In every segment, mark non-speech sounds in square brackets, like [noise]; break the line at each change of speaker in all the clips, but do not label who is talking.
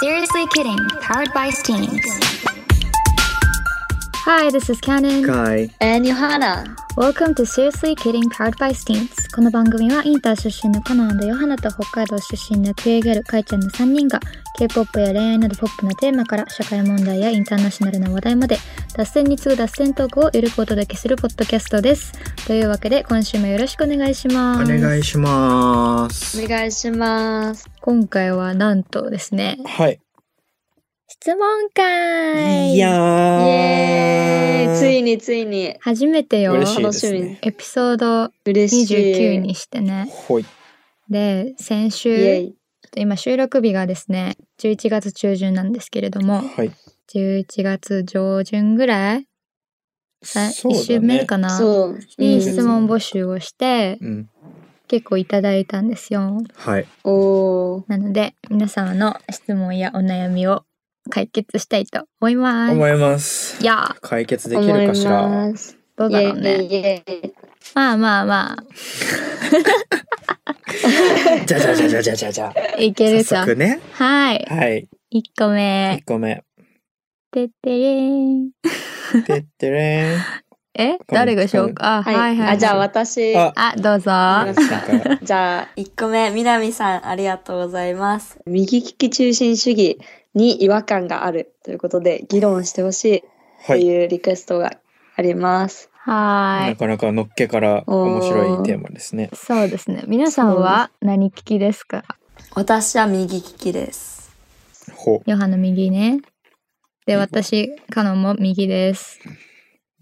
Seriously Kidding, powered by Steams. Hi, this is Canon.
Kai.
And Johanna.
Welcome to Seriously Kidding, powered by Steams. この番組はインター出身のカナンとヨハナと北海道出身の QA ギャルカイちゃんの3人が K-POP や恋愛などポップなテーマから社会問題やインターナショナルな話題まで脱線に次ぐ脱線トークをゆるくお届けするポッドキャストです。というわけで今週もよろしくお願いし
お
ます。
願いします。
お願いします。
今回はなんとですね、
はい。
質問会
いや
イエーイついについに。
初めてよ。
嬉しいで
楽
す
し
ね
み。
エピソード
嬉しい。
29にしてね。
ほい。
で、先
イ
週、
エ
ちょ
イ。
っと今収録日がですね、11月中旬なんですけれども、
はい。
11月上旬ぐらい、さ
そうだね
1週目かな
そう。
に
す
質問募集をして、
うん。
結構いただいたんですよ。
はい。
うんおー。
なので、皆様の質問やお悩みを解決したいと思います。
思います
い。やー、
解決できるかしら。
思います
どうだろう
イエイ
ね。
イエイイエイ
まあまあま
じゃじゃじゃじゃじゃじゃじゃ。
あ、いけ
早
ると。
速ね。
はい。
はい。
1個目
一。個目。
てってれーん。
てってれ
え
ん
誰が紹介あ、は、
はい
はい
い。
はい
あ、じゃあ私。
ーん。あ、
あ、どうぞ。
あ
なんか
じゃあ、
1個目、みなみさん、ありがとうございます。
右利き中心主義に違和感があるということで、議論してほしい
は
と
い。
いうリクエストがあります。
はー。
ないかなかのっけから面白いテーマですね。
そうですね。皆さんは何聞きですか
私は右利きです。
ほう。
ヨハの右ね。で、私、カノンも右です。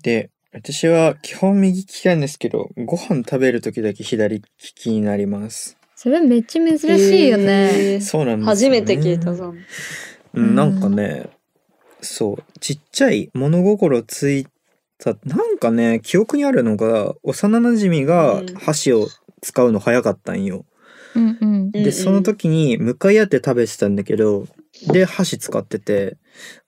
で、私は基本右利きなんですけど、ご飯食べるときだけ左利きになります。
それめっちゃ珍しいよね。
へー
そうなんです
初
よね
めて聞いたぞ。
うん、なんかね、そう、ちっちゃい物心ついた、なんかね、記憶にあるのが、幼馴染が
うん
箸を使うの早かったんよ。
うんうん。
うんう
で、
ん
その時に向かい合って食べてたんだけど、で、箸使ってて、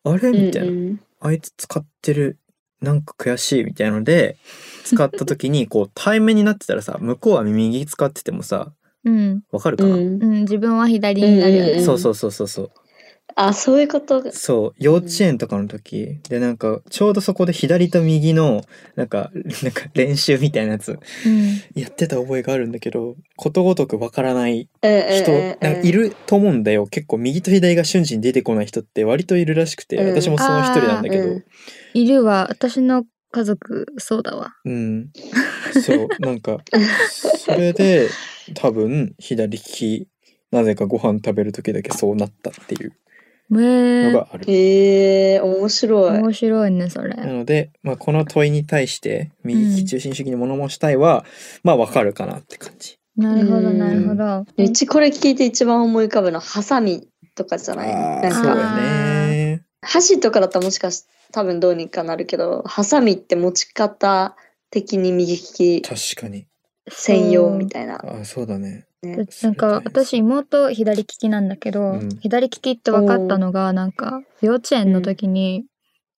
あれ
うん
みたいな、
うん
あいつ使ってる、なんか悔しいみたいので、使った時に、こう、対面になってたらさ、向こうは右使っててもさ、
うん。
わかるか
う
な、
ん
う。ん、自分は左になるよね。
うん
そうそうそうそうそう。
あ、そういうこと。
そう幼稚園とかの時、でなんかちょうどそこで左と右のなんかなんか練習みたいなやつ
うん。
やってた覚えがあるんだけどことごとくわからない人、
人
なんかいると思うんだよ結構右と左が瞬時に出てこない人って割といるらしくて、
うん
私もその一人なんだけど
あー
う
うんん、
いるわ。私の家族、そうだわ。
そうなんかそれで多分左利きなぜかご飯食べる時だけそうなったっていうの
ねえ。
がある。
へえー、面白い。
面白いね、それ。
なので、まあ、この問いに対して右利き中心主義に物申したいは、まあわかるかなって感じ。
なるほど、なるほど。
うちこれ聞いて一番思い浮かぶのはハサミとかじゃない
あ
な
あ
ん
そう
か
だね。
箸とかだったらもしかして多分どうにかなるけどハサミって持ち方的に右利き
確かに。
専用みたいな。
ああそうだね。
ね
なんか私妹左利きなんだけど、
うん
左利きって分かったのがなんか幼稚園の時に、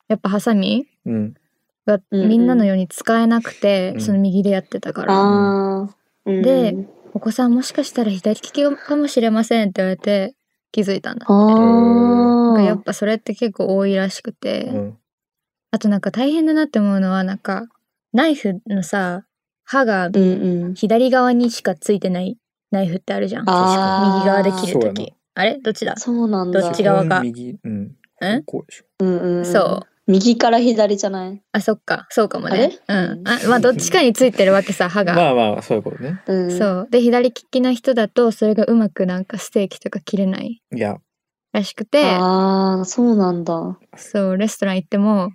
やっぱハサミ
うん。
が
うんうん
みんなのように使えなくて、
うん
その右でやってたから、
あー、うん、
でお子さんもしかしたら左利きかもしれませんって言われて気づいたんだ。
あ
なんかや
ー
っぱそれって結構多いらしくて、
うん。
あとなんか大変だなって思うのはなんかナイフのさ刃が
うんうん。
左側にしかついてないナイフってあるじゃん右
あー
側で切る
そう
と
やな
きあれどっちだ
そうなんだ。
どっち側か
右。うん。
ん
こうでしょ。
うんうん、。
そう
右から左じゃない。
あ、そっか、そうかもね。う
あれ
ん。あ、まあ、どっちかについてるわけさ、歯が。
まあまあそういうことね。
うん、
そう。で、左利きの人だと、それがうまくなんかステーキとか切れない
いや
らしくて、
ああ、そうなんだ。
そう、レストラン行っても、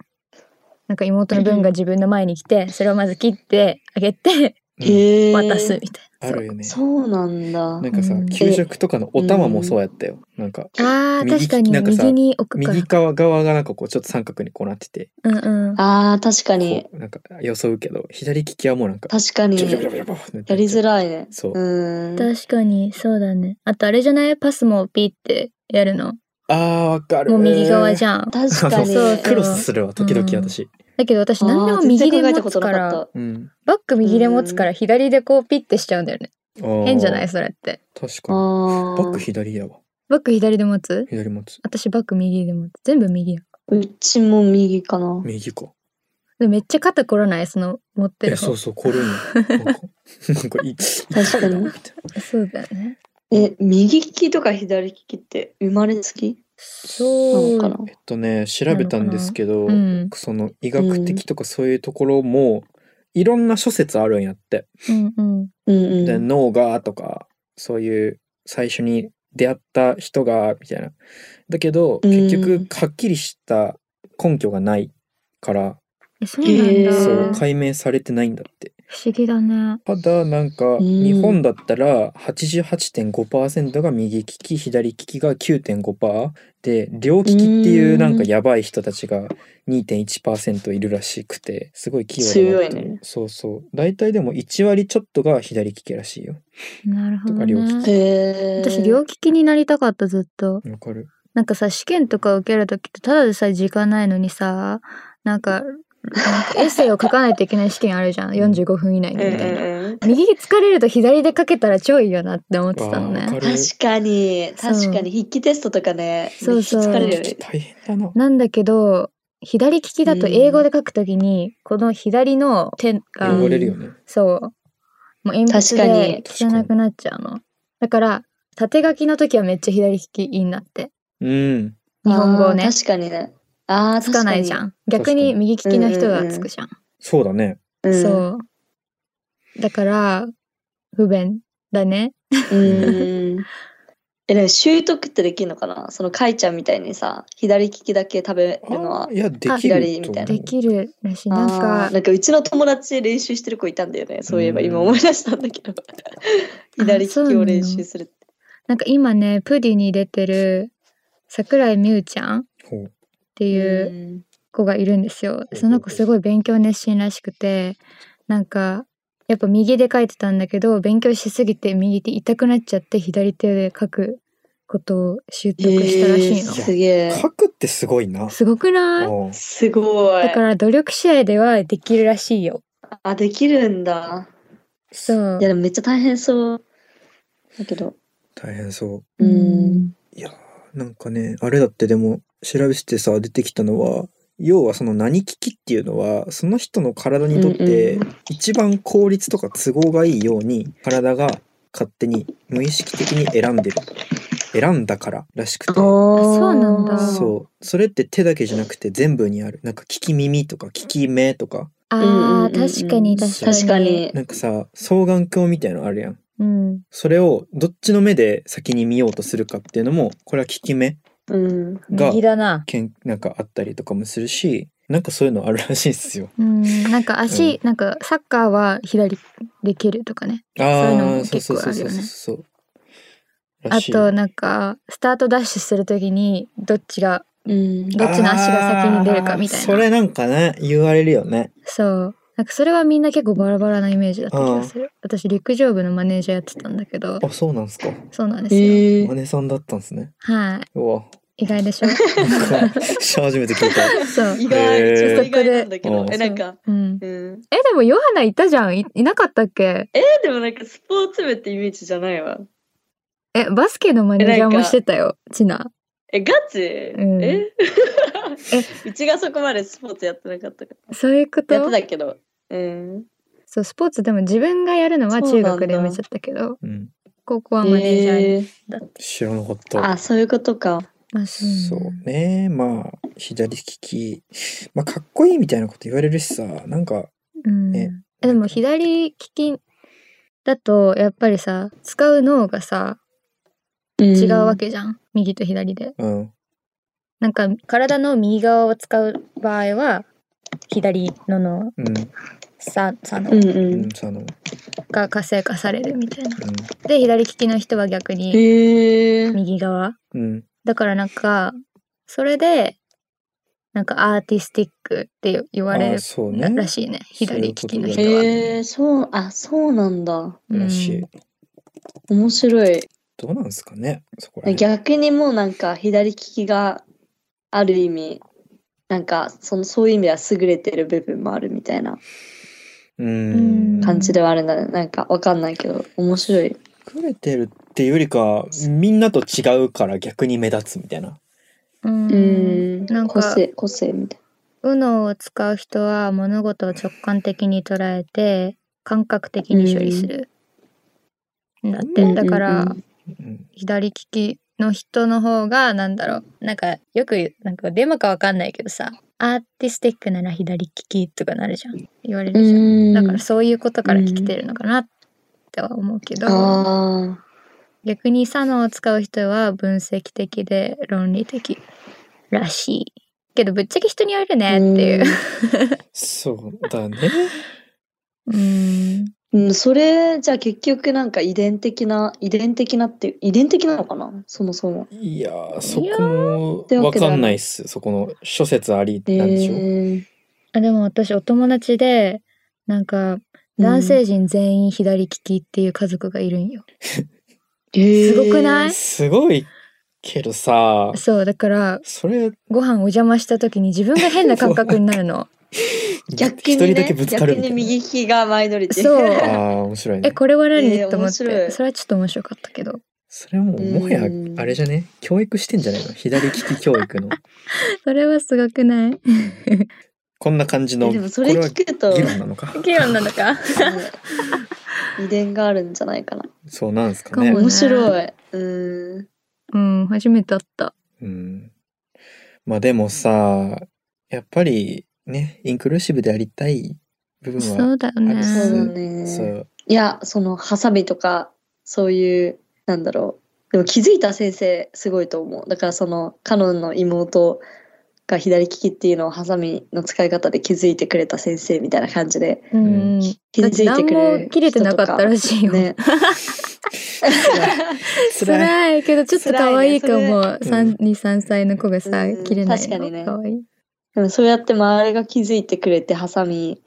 なんか妹の分が自分の前に来て、それをまず切ってあげて、
うん
へえ。
渡すみたいな。
あるよね。
そうなんだ
な。んかさ
うん
給食とかのお玉もそうやったよ。なんか
そうあー、
右利き
確かに、
なんかさ
右に置くから
右。側側がなんかこうちょっと三角にこうなってて、
うんうん。
ああ、確かに
こ。うなんかよそうけど左利きはもうなんか
確かに。
ちょちょちょ
や
ちょちょってなっちゃう
りづらいね。
そう。
うん。
確かに、そうだね。あと、あれじゃないパスもピーってやるの。
ああわかる。
もう右側じ
ゃん。
ゃん。
確かに。
そう
クロスするわ時々私。
だけど私、
あー
何でも右で
全然考えた
持
こと
つか、
なからっ
うん。
バック右で持つから左でこうピッてしちゃうんだよね。
あー
変じゃないそれって。
確
た。
かに。
あ
バ
あ。
ック左やわ。
ババック左で持つ
左持つ。
私バック右で持つ。全部右や。
うちも右かな。
右か。
でもめっちゃ肩凝らないその持って
え、
る方。
そうそう、凝るんよ。なんか、なんかいい。
確かに
痛いなみたいな
そうだよね。
え、右利きとか左利きって生まれつきな
そう
のかな
えっとね、調べたんですけど、
うん
その医学的とかそういうところも、いろんな諸説あるんやって。
うんうん。
うん
で、
うん。
脳がとか、そういう最初に出会った人が、みたいな。だけど、結
うん
局、はっきりした根拠がないから、
え、そうなん
へ
だ。
ー
そう、
不
解明されてないんだって。
思議だね。
ただなんか
ん
日本だったら88.5%が右利き左利きが9.5%で両利きっていううんなんかやばい人たちが2.1%いるらしくてすごい器用だなと思う
強いね
そうそう大体でも1割ちょっとが左利きらしいよ
なるほど、
とか両利
ね。
へー
私、両利きになりたかった、ずっと。
わかる
なんかさ、試験とか受けるときって、ただでさえ時間ないのにさ、なんか、なんかエッセイを書かないといけない試験あるじゃん。45分以内にみたいな。
うんうんうん
右疲れると左で書けたら超いいよなって思ってたの
わか
ね。
る
確かに、
そう
確かに、筆記テストとかね、
そうそう
めっちゃ疲れるよ
利き。
ね
大変だな
なんだけど、左利きだと英語で書くときに、この左の手が、
汚れるよね
そう。もう鉛筆で
確かに
汚くなっちゃうの。だから、縦書きの時はめっちゃ左利きいいんだって。
うん
日本語をね
あー確かにね。ああ、
つかないじゃん。逆に右利きの人はつくじゃん。
そうだね
確かに。
そう。だから、不便だね。
うん。うん。え、でも習得ってできるのかなその、かいちゃんみたいにさ、左利きだけ食べるのは
あ。いやで
あ
き
左
る
み
と
た
思
いな
う
できるらしい。なん
あ
か
ー、なんかうちの友達練習してる子いたんだよね。そういえば
うん
今思い出したんだ
[laughs]
けど。左利きを練習するって。
なんか今ね、プディに出てる桜井美羽ちゃんっ
ほう
ていう
うん
子がいるんですよ。その子すごい勉強熱心らしくて、なんか、やっぱ右で書いてたんだけど、勉強しすぎて右手痛くなっちゃって左手で書くことを習得したらしい
えー
の。
すげえ。
書くってすごいな
すごくない
うん
すごい
だ。から努力試合ではできるらしいよ。
あ、できるんだ。
そう
い。や、でもめっちゃ大変そう。だけど。
大変そう
う
う
ん
ん。
いやーなんかねあれだってでも調べてさ出てきたのは要はその何利きっていうのはその人の体にとって
うんうん
一番効率とか都合がいいように体が勝手に無意識的に選んでる選んだかららしくて
そうなんだ
そうそれって手だけじゃなくて全部にあるなんか利き耳とか利き目とか
ああ、
うんうんうんうん
確かに確かに。
確か。に。
なんかさ双眼鏡みたいのあるやん
うん。
それをどっちの目で先に見ようとするかっていうのもこれは利き目
うん。
が
右だな。
けんなんかあったりとかもするしなんかそういうのあるらしいで
[laughs]
すよ。
うん。なんか足、なんかサッカーは左で蹴るとかね。
あ
ういうのも
ー
結構あるよね
そうそうそうそうそうら
あ
しい
となんか、スタートダッシュするときに、どっちが、
うん。
どっちの足が先に出るかみたいな
あーそれなんかね言われるよね。
そう。なんかそれはみんな結構バラバラなイメージだった気がする。私陸上部のマネージャーやってたんだけど、
あそうなんですか。
そうなんですよ。
え
マネさんだったんですね。
は
うわ
い。意外で
[laughs]
しょ
なんか初めて聞いた。 [laughs]
そう。
意外、ちょっと意外なんだけ
へ
ど。
ー
え、なんか、
うん。
うん。
え、でもヨハナいたじゃん。いいなかったっけ
え、でもなんかスポーツ部ってイメージじゃないわ。
え、バスケのマネージャーもしてたよ。チナ。
え、ガチ
うん
え [laughs] うちがそこまでスポーツやってなかったか
そういうこと
ら。やってたけど。うん。
そうスポーツでも自分がやるのは
そう
中
なんだ
学でやめちゃったけど
うん
高校はマネージャーに、
えー
知らなかった。
あ、そういうことか。
まあそうね
そうねまあ左利きまあかっこいいみたいなこと言われるしさなんか
うん
ね
えでも左利きだとやっぱりさ使う脳がさ違うわけじゃん、右と左で
うん
なんか体の右側を使う場合は左の脳
うん
ささ
う
の
んう。
うんんそのうん
が活性化されるみたいなで左利きの人は逆に
へえー。
右側
うん
だからなんかそれでなんかアーティスティックって言われ
あ
る
ーそうね
ららしいね左利きの人は、
へえー、そう、あ、そうなんだ。
らしい。
うん
面白い。
どうなんですかねそこら辺
逆にもうなんか左利きがある意味なんかそのそういう意味では優れてる部分もあるみたいな
うん
うん
感じではあるんだね、なんかわかんないけど面白い
隠れてるっていうよりかみんなと違うから逆に目立つみたいな
うん
うん。
なんか
個性、個性みたい
UNO を使う人は物事を直感的に捉えて感覚的に処理する。だっ
な。
てだから、
うんうんうん
うん
左利きの人の方がなんだろうなんかよく言うなんかデマかわかんないけどさアーティスティックなら左利きとかなるじゃん言われるじゃん、
うん。
だからそういうことから来てるのかなっては思うけど、
ああ。
逆に左脳を使う人は分析的で論理的らしいけどぶっちゃけ人によるねっていう
そうだね
うん
うん。うん、それ、じゃあ結局なんか遺伝的な、遺伝的なって、遺伝的なのかなそもそも。
いやーそこ
やー
もわかんないっすそこの諸説あり
え
なんでしょう、
ー
あでも私お友達でなんか男性陣全員左利きっていう家族がいるんよ、すごくない
すごいけどさ
そうだから
それ
ご飯お邪魔した時に自分が変な感覚になるの
逆
一
に、ね、
人だけぶつかる
逆
みた
に
いな
右利きがマイノリティ。 [laughs]
そう
ああ面白い
え
ね
これは何、
えー
と思っ
面白
て
い
それはちょっと面白かったけど
それはもうもはや
うん
あれじゃね教育してんじゃないの左利き教育の
それはすごくない
こんな感じの
でもそれ聞
こ
く、
とれは議論なのか
議論なのか
あ [laughs] の遺伝があるんじゃないかな。
そうなんですか
かも
ね
ね
面白い。うん。
[laughs] うん初めて会った
うんまあでもさやっぱりねインクルーシブでありたい部分は
そうだよ
あ
ね
り
そうだ
そ
ね。
う
いや、その、ハサミとか、そういう、なんだろう。でも気づいた先生、すごいと思う。だからその、カノンの妹が左利きっていうのをハサミの使い方で気づいてくれた先生みたいな感じで。
うんん
気
だっ
づ
て
いて
何
くれる人とか
も切れてなかったらしいよ、
ね。
辛いけどちょっと可愛いと思う、
辛いねそれ
23歳の子がさ、
うん
切れないの
確かにね
可愛い
でもそうやって周りが気づいてくれてハサミ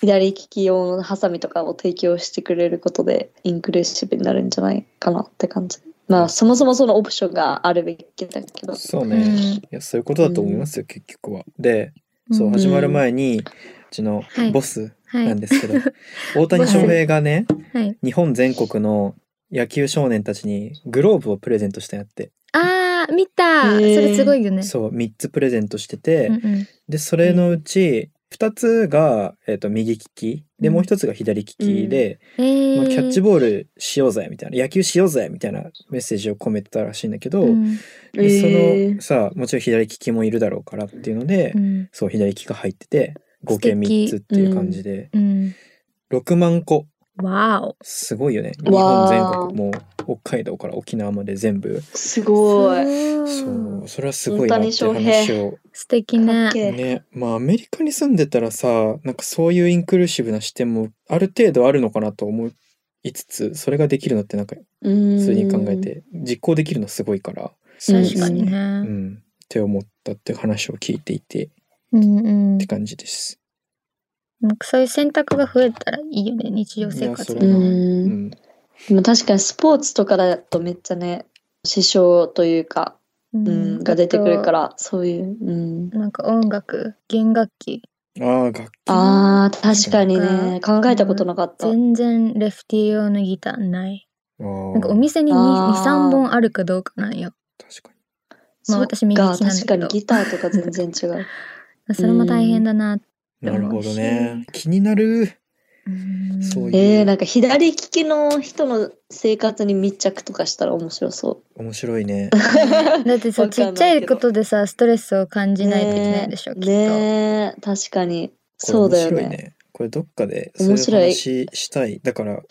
左利き用のハサミとかを提供してくれることでインクルーシブになるんじゃないかなって感じまあそもそもそのオプションがあるべきだけど
そう
う
ね、
ん
いやそういうことだと思いますよ、結局は。でそう
うん
始まる前にうちの
はい
ボス
は
ないんですけど、 [laughs] 大谷翔平がね
はい
日本全国の野球少年たちにグローブをプレゼントしたんやって、
あー見た、
へー
それすごいよね
そう3つプレゼントしてて、
うんうん
でそれのうち2つが、えー、と右利きで
うん
もう1つが左利きで、
え
まあ、
ー、
キャッチボールしようぜみたいな野球しようぜみたいなメッセージを込めてたらしいんだけど、
うん
でそ
えー
のさもちろん左利きもいるだろうからっていうので、
うん
そう左利きが入ってて合計
素敵
3つっていう感じで、
うん
6万個
わお
すごいよね日本
わ
全
ー
国もう北海道から沖縄まで全部
すごい
そう
い
それはすごいなって
大谷翔
話を
素敵ね
かっけえ
ねまあアメリカに住んでたらさなんかそういうインクルーシブな視点もある程度あるのかなと思いつつそれができるのってなんか
普
普通に考えて実行できるのすごいから
うん
確かにね、
うんって思ったって話を聞いていてっ
うんうん
て感じです。
なんかそういう選択が増えたらいいよね日常生活
いやそ
う
れ
ん
に
は
うん
うん
でも確かにスポーツとかだとめっちゃね支障というか、
う
うん、が出てくるかららそういう、うん、
なんか音楽弦楽器
ああ楽器
あー確かにね考えたことなかった、
全然レフティ用のギターない
な
なんかお店に
あー
23本あるかどうかなんよ
確かに
まあ
そっ
私右利
か
きなんだけど
確かにギターとか全然違う
[laughs]
それも大変だな
なるほどね気になる
うん
[laughs]
そういう
えー、なんか左利きの人の生活に密着とかしたら面白そ
面白いね
だってさ
わか
ち
んな
っ
いけど
ちゃいことでさストレスを感
う。
じないといけないでしょ、
ね
きっと、
ねえ確かに。 [laughs] そうだよ
これ面白い
ね。
ねこれどっかでそういう
面白い
話したいだから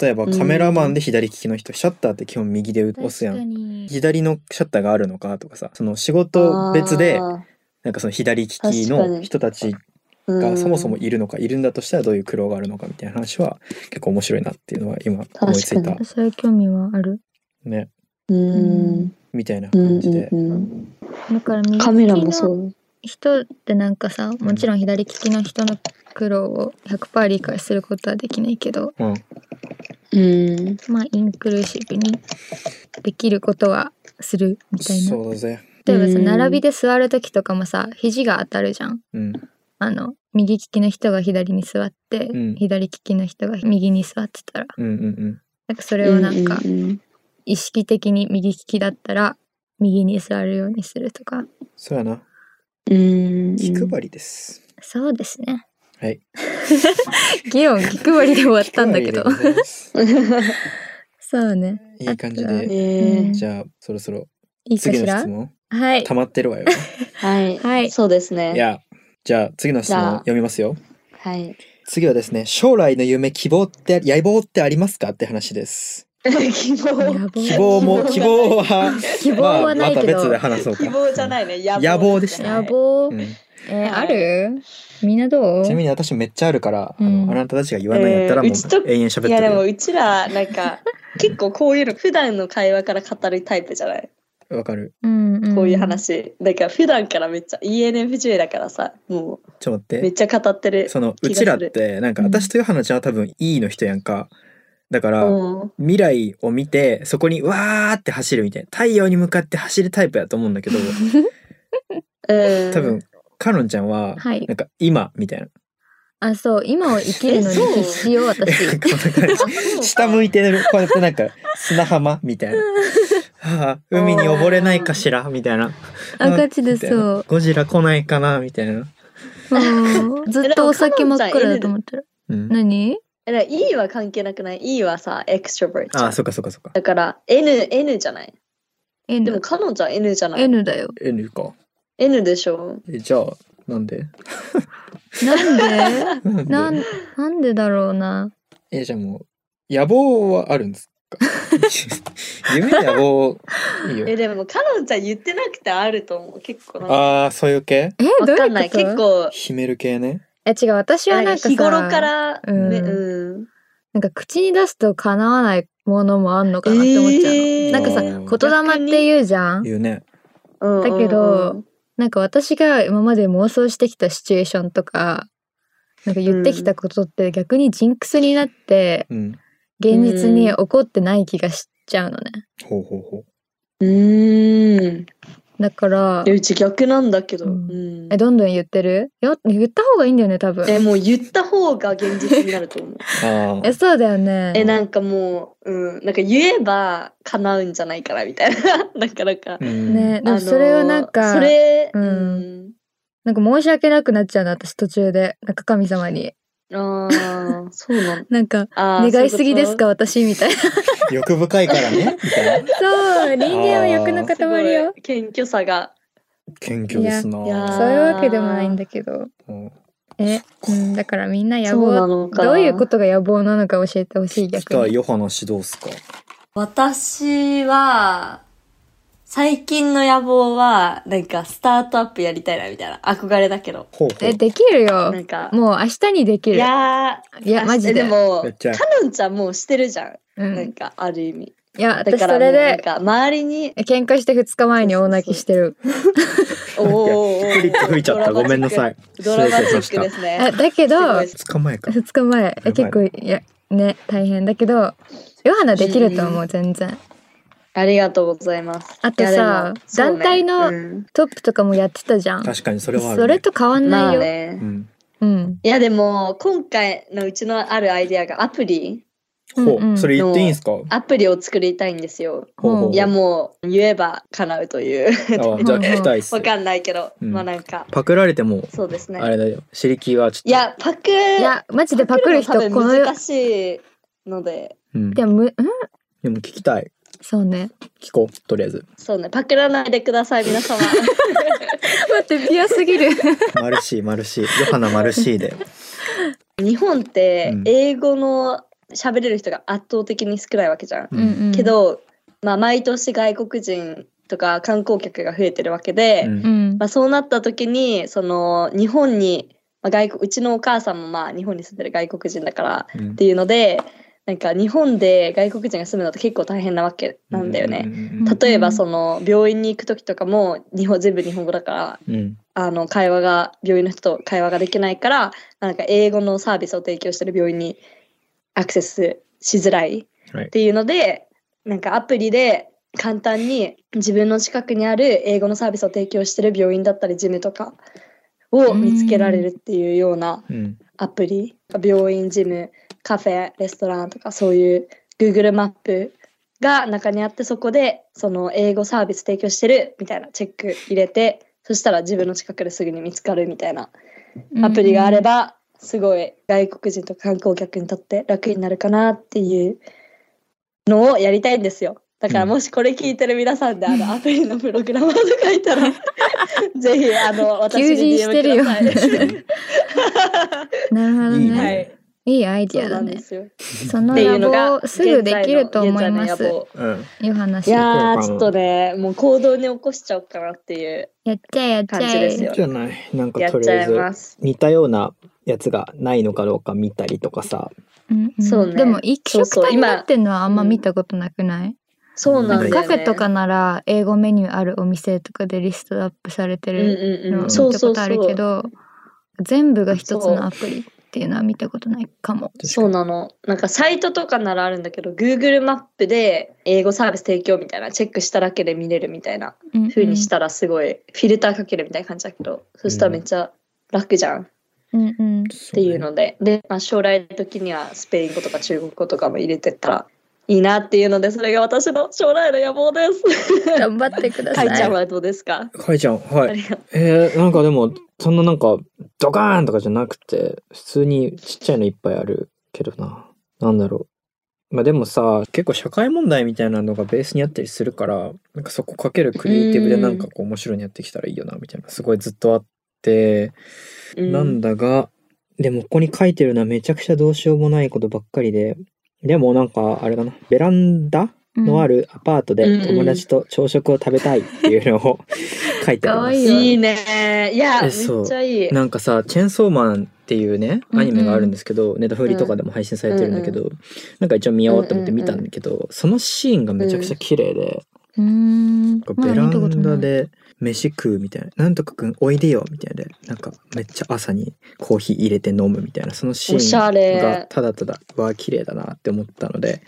例えばカメラマンで左利きの人シャッターって基本右で押すやん
に
左のシャッターがあるのかとかさその仕事別で
あー
なんかその左利き
確か
の
に
人たち
う
が
ん
そもそもいるのかいるんだとしたらどういう苦労があるのかみたいな話は結構面白いなっていうのは今
か
思
に
いついた
そういう興味はある
ね
うん
みたいな
うん
感じで
うんうん
だから右利
カメラも
きの
そう。
人ってなんかさもちろん左利きの人の苦労を100%理解することはできないけど
うん
うん。
まあインクルーシブにできることはするみたいな
そうだぜ
例えばさ
うん
並びで座る時とかもさ肘が当たるじゃん
うん
あの右利きの人が左に座って、
うん
左利きの人が右に座ってたら
うんうんうん
なんかそれをなんか
うんうん
意識的に右利きだったら右に座るようにするとか
そうやな
うん。
気配りです、
そうですね
はい
議論気配りで終わったんだけど
気配りでございます
そうね
いい感じ
あとは
で
ねえ
じゃあそろそろ
いいか
次
し
の
ら
質問
はい
溜まってるわよ
はい。
はい
そうですね。
いやじゃあ次の質
じゃあ
問読みますよ
はい。
次はですね将来の夢希望って野望ってありますかって話です
希望。
野望
希
[laughs]
望
[laughs]
も希望は
希望はないけ
まあ、また
ど
別で話そうか
希望じゃないね。
野望でしたね
野望、
うん
えー
はい
あるみんなどう
ちなみに私めっちゃあるから、あ
うん
のあなたたちが言わないんやったら
え
も
ー
う
うちと
永遠喋って
い
るよ
やでもうちらなんか結構こういうの普段の会話から語るタイプじゃない
わかる
うんん
こういう話、だから普段からめっちゃ ENFJ だからさも
ちょっと
う
待
めっ
っ
ちゃ語って
て
る
そのう
気
ち
がする
らってなんか
うん
私とヨハナちゃんは多分 E の人やんかだから、
うん
未来を見てそこにわーって走るみたいな太陽に向かって走るタイプやと思うんだけど
うん
多分カロンちゃんは
はい
なんか今みたいな
あそう今を生きるのに
えそう
必死よ私
[laughs] なんかこんな感じ下向いてるこうやってなんか砂浜みたいな
[laughs]
はあ海に溺れないかしらみたいな
あガチで
みたいな
そう
ゴジラ来ないかなみたいな、
うんずっとお酒真っ暗だと思ったら
うん、
何
えだから E は関係なくない E はさエクストロバート
ああそっかそっかそっか
だから N, N じゃないでも
N,
彼女は N じゃない N,
N だよ
N か
N でしょ
えじゃあなんで
[laughs]
なんで
なんで
なんなんでだろうな
[laughs] えじゃあもう野望はあるんですか [laughs] 夢野望いいよ
えでも彼女は言ってなくてあると思う結構なんか
ああそういう系
えどう
わ
いうこと
かんない結構
秘める系ね
え違う私はなんかさ
日頃から、
うん
ねうん
なんか口に出すと叶わないものもあんのかなって思っちゃうの、
えー
なんかさ
うん
言霊って言うじゃん
言うね
うん
だけど、なんか私が今まで妄想してきたシチュエーションとかなんか言ってきたことって逆にジンクスになって
うん
現実に起こってない気がしちゃうのね
ほうほうほ
うんうんうん
だから
いやうち逆なんだけど、
う
うんん
えどんどん言ってるよ言った方がいいんだよね多分
えもう言った方が現実になると思う
うあ
え [laughs]
あ
そうだよね
えなんかもう、うん、なんか言えば叶うんじゃないからみたいな [laughs] なんかなんか、
うん
ねで
あ
も
の
それをなんか、
それ
う
うんん、
なんか申し訳なくなっちゃうの私途中でなんか神様に
ああそうなん
なんか
あー
願いすぎですか
そういうこ
私みたい
[laughs]
な
欲深いからねみたいな
そう人間は欲の
とすご
塊よ
い謙虚さが
謙虚ですない
やいや
そういうわけでもないんだけど
うん
え、うん、だからみんな野
そう
望
なのか
どういうことが野望なのか教えてほしい逆
北
に
ヨハナ氏どうっすか
私は、最近の野望は、なんか、スタートアップやりたいな、みたいな。憧れだけど。
ほうほ
え
う
できるよ
なんか
もう明日にでき
い
るいや
やー
マジで
でも
めっちゃ
カノンちゃんもうしてるじゃん、
う
なん
ん、
かある意味
いや
だ
私
か
そ
らも
れ
うなん
で
か周りに
喧嘩して2日前に大泣きしてる
おーおーおー
クリップ吹いちゃったごめんなさい
ドラマチックで
失
す
あ
ね
だけど
すごい
2
礼しま
す
した捕まえか
日前え結構いやね大変だけどヨハナできると思
う
う全然
ありがとうございます
あとさ
いやでもそうね
団体の
うん
トップとかもやってたじゃん
確かにそれはあるね
それと変わん
ま
ない
あ
よ、
う
ね
ん
うん
いやでも今回のうちのあるアイデアがアプリ
ほ
うんうん
うそれ言っていいんすか
アプリを作りたいんですよ
ほうほう
いやもう言えば叶うという
[laughs] あじゃあ聞きたいっす
わかんないけど、
うん
まあなんか
パクられても
そうですね
あれだよシリキはちょっと
いやパクい
いやマジでパクる人この世
難しいので
うん
でもむん
でも聞きたい
そう
[laughs]
ね
聞こうとりあえず
そうねパクらないでください皆
[laughs]
様
待ってピュアすぎる
マルシーマルシーヨハナマルシーで
日本って
うん
英語の喋れる人が圧倒的に少ないわけじゃん、
うん、うん、
けど、まあ、毎年外国人とか観光客が増えてるわけで、
うん
うん
まあ、そうなった時にその日本に、まあ、外国うちのお母さんもまあ日本に住んでる外国人だから
うん
っていうのでなんか日本で外国人が住むのって結構大変なわけなんだよね。
うん
た
例えばその病院に行く時とかも日本全部日本語だから
うん
あの会話が病院の人と会話ができないからなんか英語のサービスを提供してる病院にアクセスしづらい
はい
っていうので、なんかアプリで簡単に自分の近くにある英語のサービスを提供してる病院だったりジムとかを見つけられるっていうような
うん
アプリ病院ジムカフェレストランとかそういう Google マップが中にあって、そこで、その英語サービス提供してるみたいなチェック入れて、そしたら自分の近くですぐに見つかるみたいなアプリがあれば、すごい外国人と観光客にとって楽になるかなっていうのをやりたいんですよ。だから
うん
もしこれ聞いてる皆さんで、あ
[laughs]
のアプリのプログラマーとかいたら、 [laughs] ぜひあの私
求人
に
してる
DM
よ
ください。
[laughs] なるほど
いい
ね
ね
はい、
いいアイディ
そ
ア
う
だ
なんで
ね
すよ。
その
ってい
野
うのが
望すぐできると思いま
現在の
す
野望
うん。
ヨハナ
い
氏や
やーちょっとねもう行動に起こしちゃおうかなっていう
っちゃえやっち
感
ゃ
じ
え
ですよ
じゃないなんか
やっ
とり
ち
あ
ゃ
え
い
ず
ます
似たようなやつがないのかどうか見たりとかさ
うんうん
そうね
でも一色
そうそ
体
う
に
今
なってんのはあんま見たことなくない、
そうなんだよ、ね、
カフェとかなら英語メニューあるお店とかでリストアップされて
うん
る
うん
の
う
は
んそう
見た
そ
こ
う
と
そ
あるけ
う
ど、全部が一つのアプリっていうのは見たことないかも
そうなのなんかサイトとかならあるんだけど Google マップで英語サービス提供みたいなチェックしただけで見れるみたいな
うんうん
風にしたらすごいフィルターかけるみたいな感じだけど、そしたらめっちゃ楽じゃんっ
うん
[laughs]
う
っ
ん
て
いうのでで、まあ、将来の時にはスペイン語とか中国語とかも入れてったらいいなっていうのでそれが私の将来の野望です。
頑張ってくだ
[laughs]
か
さい
いちゃんはどうですか
かいちゃん、
あ
はい。
りがとう
えー、なんかでもそんななんかドカーンとかじゃなくて普通にちっちゃいのいっぱいあるけどななんだろうまあでもさ
結構社会問題みたいなのがベースにあったりするから、なんかそこかけるクリエイティブでなんかこう面白いのやってきたらいいよなみたいな、すごいずっとあって、
うん
なんだが、
でもここに書いてるのはめちゃくちゃどうしようもないことばっかりででもなんかあれかなベランダのあるアパート
うん
で
うん
友達と朝食を食べたいっていうのを [laughs] 書いてあり
か
ま
わ
す。
い
いいねいやめ
え
っ
そう
ちゃいい
なんかさ「チェーンソーマン」っていうね
うんうん
アニメがあるんですけど、ネタフリとかでも配信されてるんだけど、なんか一応見ようと思って見たんだけど、そのシーンがめちゃくちゃ綺麗で、
うーん
なん
ま
か
だ
ベラ
見たこと
ン
な
ダ
い
で飯食うみたいな「なんとかくんおいでよ」みたいでなんかめっちゃ朝にコーヒー入れて飲むみたいなそのシ
おしゃ
ーン
れ
がただただわ綺麗だなって思ったので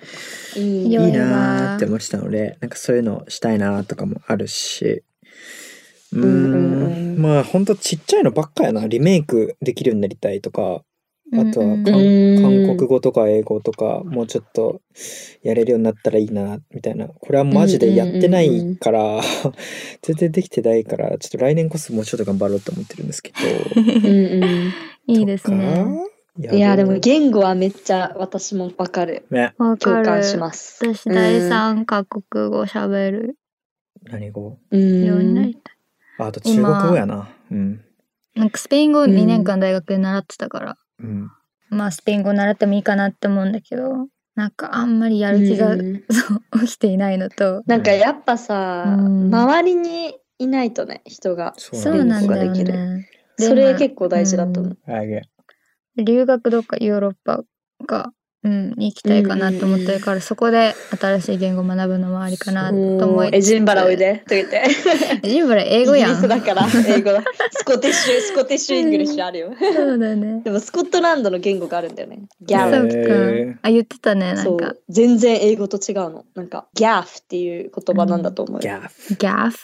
いい
良
い
い
い
わ
なーって思ってたのでなんかそういうのしたいなーとかもあるしうーん
うんうんうん
まあほんとちっちゃいのばっかやなリメイクできるようになりたいとかあとは
うんうん
韓
うん
韓国語とか英語とかもうちょっとやれるようになったらいいなみたいなこれはマジでやってないから全然できてないからちょっと来年こそもうちょっと頑張ろうと思ってるんですけど
うんうん
いいですね
とか
いやでも
ね
言語はめっちゃ私もわかる
わか
共
る
感します
私
うん
第三カ国語喋る
何語
うん
ようになりたい、
ああと中国語やなうん
なんかスペイン語を2年間大学で習ってたから、
うん
まあスペイン語習ってもいいかなって思うんだけどなんかあんまりやる気が、
うん
そう起きていないのと
なんかやっぱさ
うん
周りにいないとね人が
そう
そうなんだよ
言語が
ねで
それ
まあ
結構大事だと思う
あげ
留学どっかヨーロッパが、うん、に行きたいかなと思ってるから、そこで新しい言語を学ぶのもありかなと
も
思
う
い
エジンバラおいでと言って
ジンバラ英語や
イ
ん
ギリスだから英語だスコティッシュスコティッシュイングリッシュあるよ
そうだね
[laughs] でもスコットランドの言語があるんだよねギャ
そ
ラ
うきくんあ言ってたねな
そ
んか
う全然英語と違うのなんかギャフっていう言葉なんだと思うよ、
ギャフ
ギャフ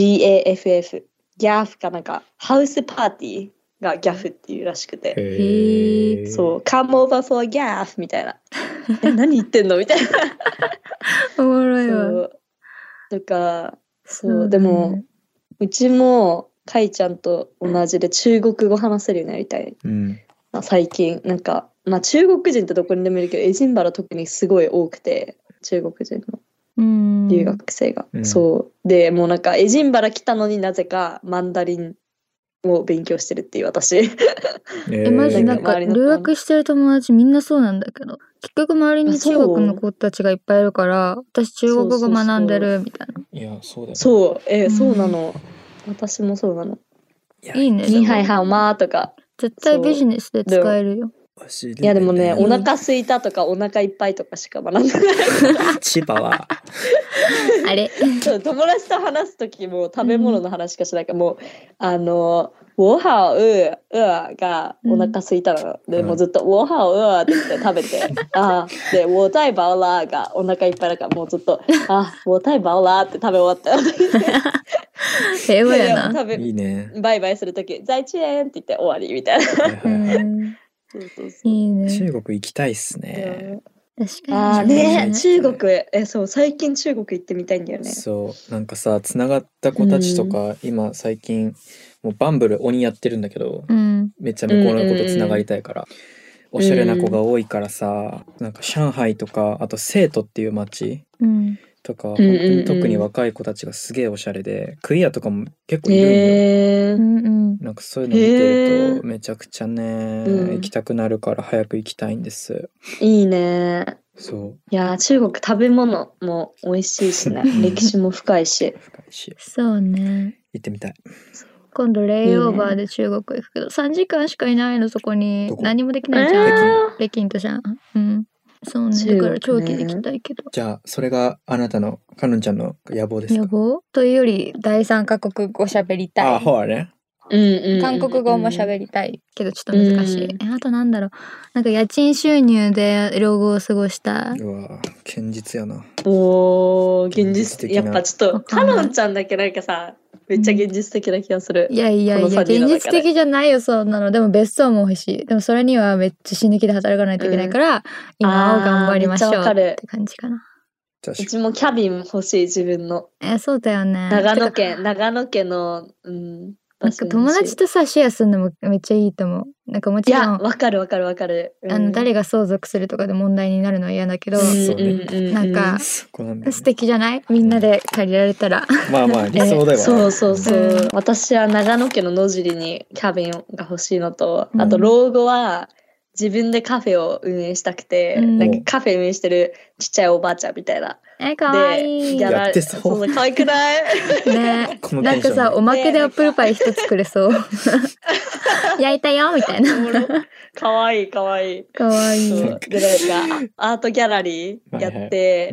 GAFF ギャフかなんかハウスパーティーがギャフっていうらしくて
へ
ー
そう Come over for gaff みたい [laughs] なえ何言ってんのみたいな
おもろいわ
そうとかそう
だね
でもうちもかいちゃんと同じで中国語話せるようになりたい
うん
な最近なんかまあ中国人ってどこにでもいるけどエジンバラ特にすごい多くて中国人の
うん
留学生が、
うん
そうでもうなんかエジンバラ来たのになぜかマンダリンを勉強してるっていう私
えマジなん
なんか
か
周りの
留学してる友達みんなそうなんだけど結局周りに
あそ
中
う
国の子たちがいっぱいいるから私中国語
そうそうそう
学んでるみたいない
やそうだよね
そうえ
うん
そうなの私もそうなの
いや
いい
「
ね
ニーハイハオマー」とか
絶対ビジネスで使えるよ
走れない
いやでもね、
うん
お腹すいたとかお腹いっぱいとかしか学んでない。
千葉は
あれ
そう友達と話す時も食べ物の話しかしないから、もうあの「ウォーハウウー」がお腹すいたの、で
うん
もうずっと「ウォーハウウー」って言って食べて「あーでウォータイバオラー」がお腹いっぱいだからもうず
[laughs]
っと「あウォータイバオラー」って食べ終わった。
平和やな
食べ
いい
[laughs]
ね。
バイバイする時「在地園」って言って終わりみたいな。
はいはいは
うん
そうそうそう
いい
い
ね
中国行きたいっすね。
うん
確
あ
か
あ
に。
ね、
そう
中国へ。え、そう、最近中国行ってみたいんだよね。
そうなんかさつながった子たちとか、今最近もうバンブル鬼やってるんだけど
うん。
めっちゃ向こうの子とつながりたいから、おしゃれな子が多いからさ、なんか上海とかあと成都っていう街
うん。
とか、
んう
本
ん
当に特に若い子たちがすげえおしゃれでクイアとかも結構いるんだよ、
へ
う
え。
んうん。
なんかそういうの見てる
へ
とめちゃくちゃね、
うん
行きたくなるから早く行きたいんです
いいね。
そう
いやー、中国食べ物も美味しい
[laughs]
しね。歴史も深いし。
深いし
そうね。
行ってみたい
今度レイオーバーで中国行くけど、3時間しかいないの、そこに
ど。こ
何もでき [laughs]
え
ないじゃん。
ー
北京とじゃん。うん。そうね。だから長
中国ね
期で行きたいけど。
じゃあそれがあなたのかのんちゃんの野望です
予
か
防というより、第三カ国語喋りた
あ
い。
ほらね
うんうんうん
韓国語も喋りたいけどちょっと難しい、えあとなんだろうなんか家賃収入で老後を過ごしたいう
わ堅実やな
おー現実
現実
的
的
や
な
っぱちょっと
わか
か
んない
のんちゃんだけなんかさめっちゃ現実的な気がする、
いやいや
こ
い
の
や
三人
現
の中で
実的じゃないよそんなのでも別荘も欲しいでもそれにはめっちゃ死ぬ気で働かないといけないから、今を頑張りましょう
あーめっちゃわかる
って感じかな
確
う
か
ちもキャビン欲しい自分の
えそうだよね
長
て
野
か
県長野県のうん
なんか友達とさシェアするのもめっちゃいいと思うなんかも
い
ちろ
や
ん
わかるわかるわかる、うん
あの誰が相続するとかで問題になるのは嫌だけど、
うん
そうね
うんうんうん
なんか
にそこなんだよね
素敵じゃないみんなで借りられたら
まあまあ理想だよね
そうそうそう、
うん
私は長野県の野尻にキャビンが欲しいのと、
うん
あと老後は自分でカフェを運営したくて、
うん
なんかカフェ運営してるちっちゃいおばあちゃんみたいな
えかわいい
でギャラ
やってそう
そう可愛
[laughs]
くない
ね
この
なんかさおまけで
ね
アップルパイ一つくれそう焼いたよみたいな
可愛い可愛い
かわい
そ
いう
でなんかアートギャラリーやって、
はい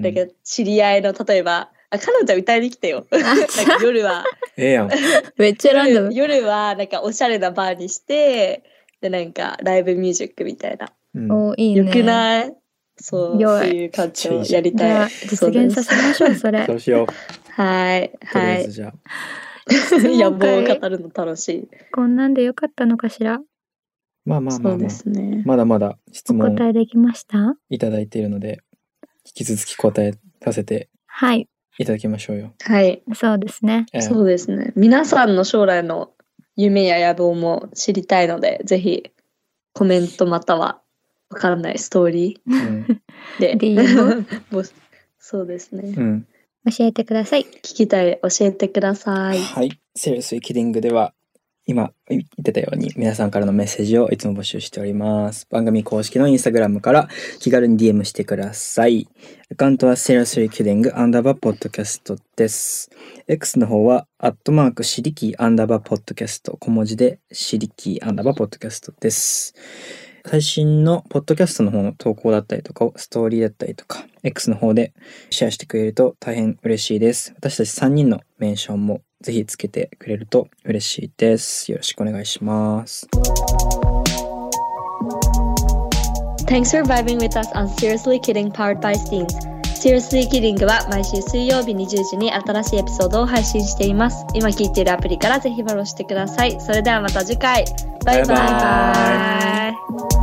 はい
なんか知り合いの例えばあ彼女は歌いに来
[laughs]
てよなんか夜は
ええやん
めっちゃランダム
夜夜はなんかおしゃれなバーにしてでなんかライブミュージックみたいな
うん
おいい
よ
ね
くない、そう
よい
そういう感じをやり
じゃ
た
あ
い。
実現させましょうそれ
そうしよう
はい
とりあ
は
えず
い。
じゃあ
野望を語るの楽しい。
こんなんでよかったのかしら
まあまあま
そ
あ
う
ま
で
あ
すね。
まだまだ質
お
問
答えできました
いただいているので引き続き答えさせて
はい
いただきましょうよ、
はい、
そうですね
ええ
そうですね。皆さんの将来の夢や野望も知りたいので、ぜひコメントまたはわからないストーリ
うん
ーで
DM
[laughs] もうそうですね。
うん
教えてください
聞きたい教えてください。
はい。セールスイキリングでは、今言ってたように皆さんからのメッセージをいつも募集しております。番組公式のインスタグラムから気軽に DM してください。アカウントはセールスイキリングアンダーバーポッドキャストです。X の方は、アットマークシリキーアンダーバーポッドキャスト、小文字でシリキーアンダーバーポッドキャストです。最新のポッドキャストの方の投稿だったりとかを、ストーリーだったりとか、X の方でシェアしてくれると大変嬉しいです。私たち3人のメンションもぜひつけてくれると嬉しいです。よろしくお願いします。
Thanks for vibing with us on Seriously Kidding Powered by Steens. Seriously Kidding は毎週水曜日20時に新しいエピソードを配信しています。今聞いているアプリからぜひフォローしてください。それではまた次回。バイ
バ
バイ。
イバ
バイバイ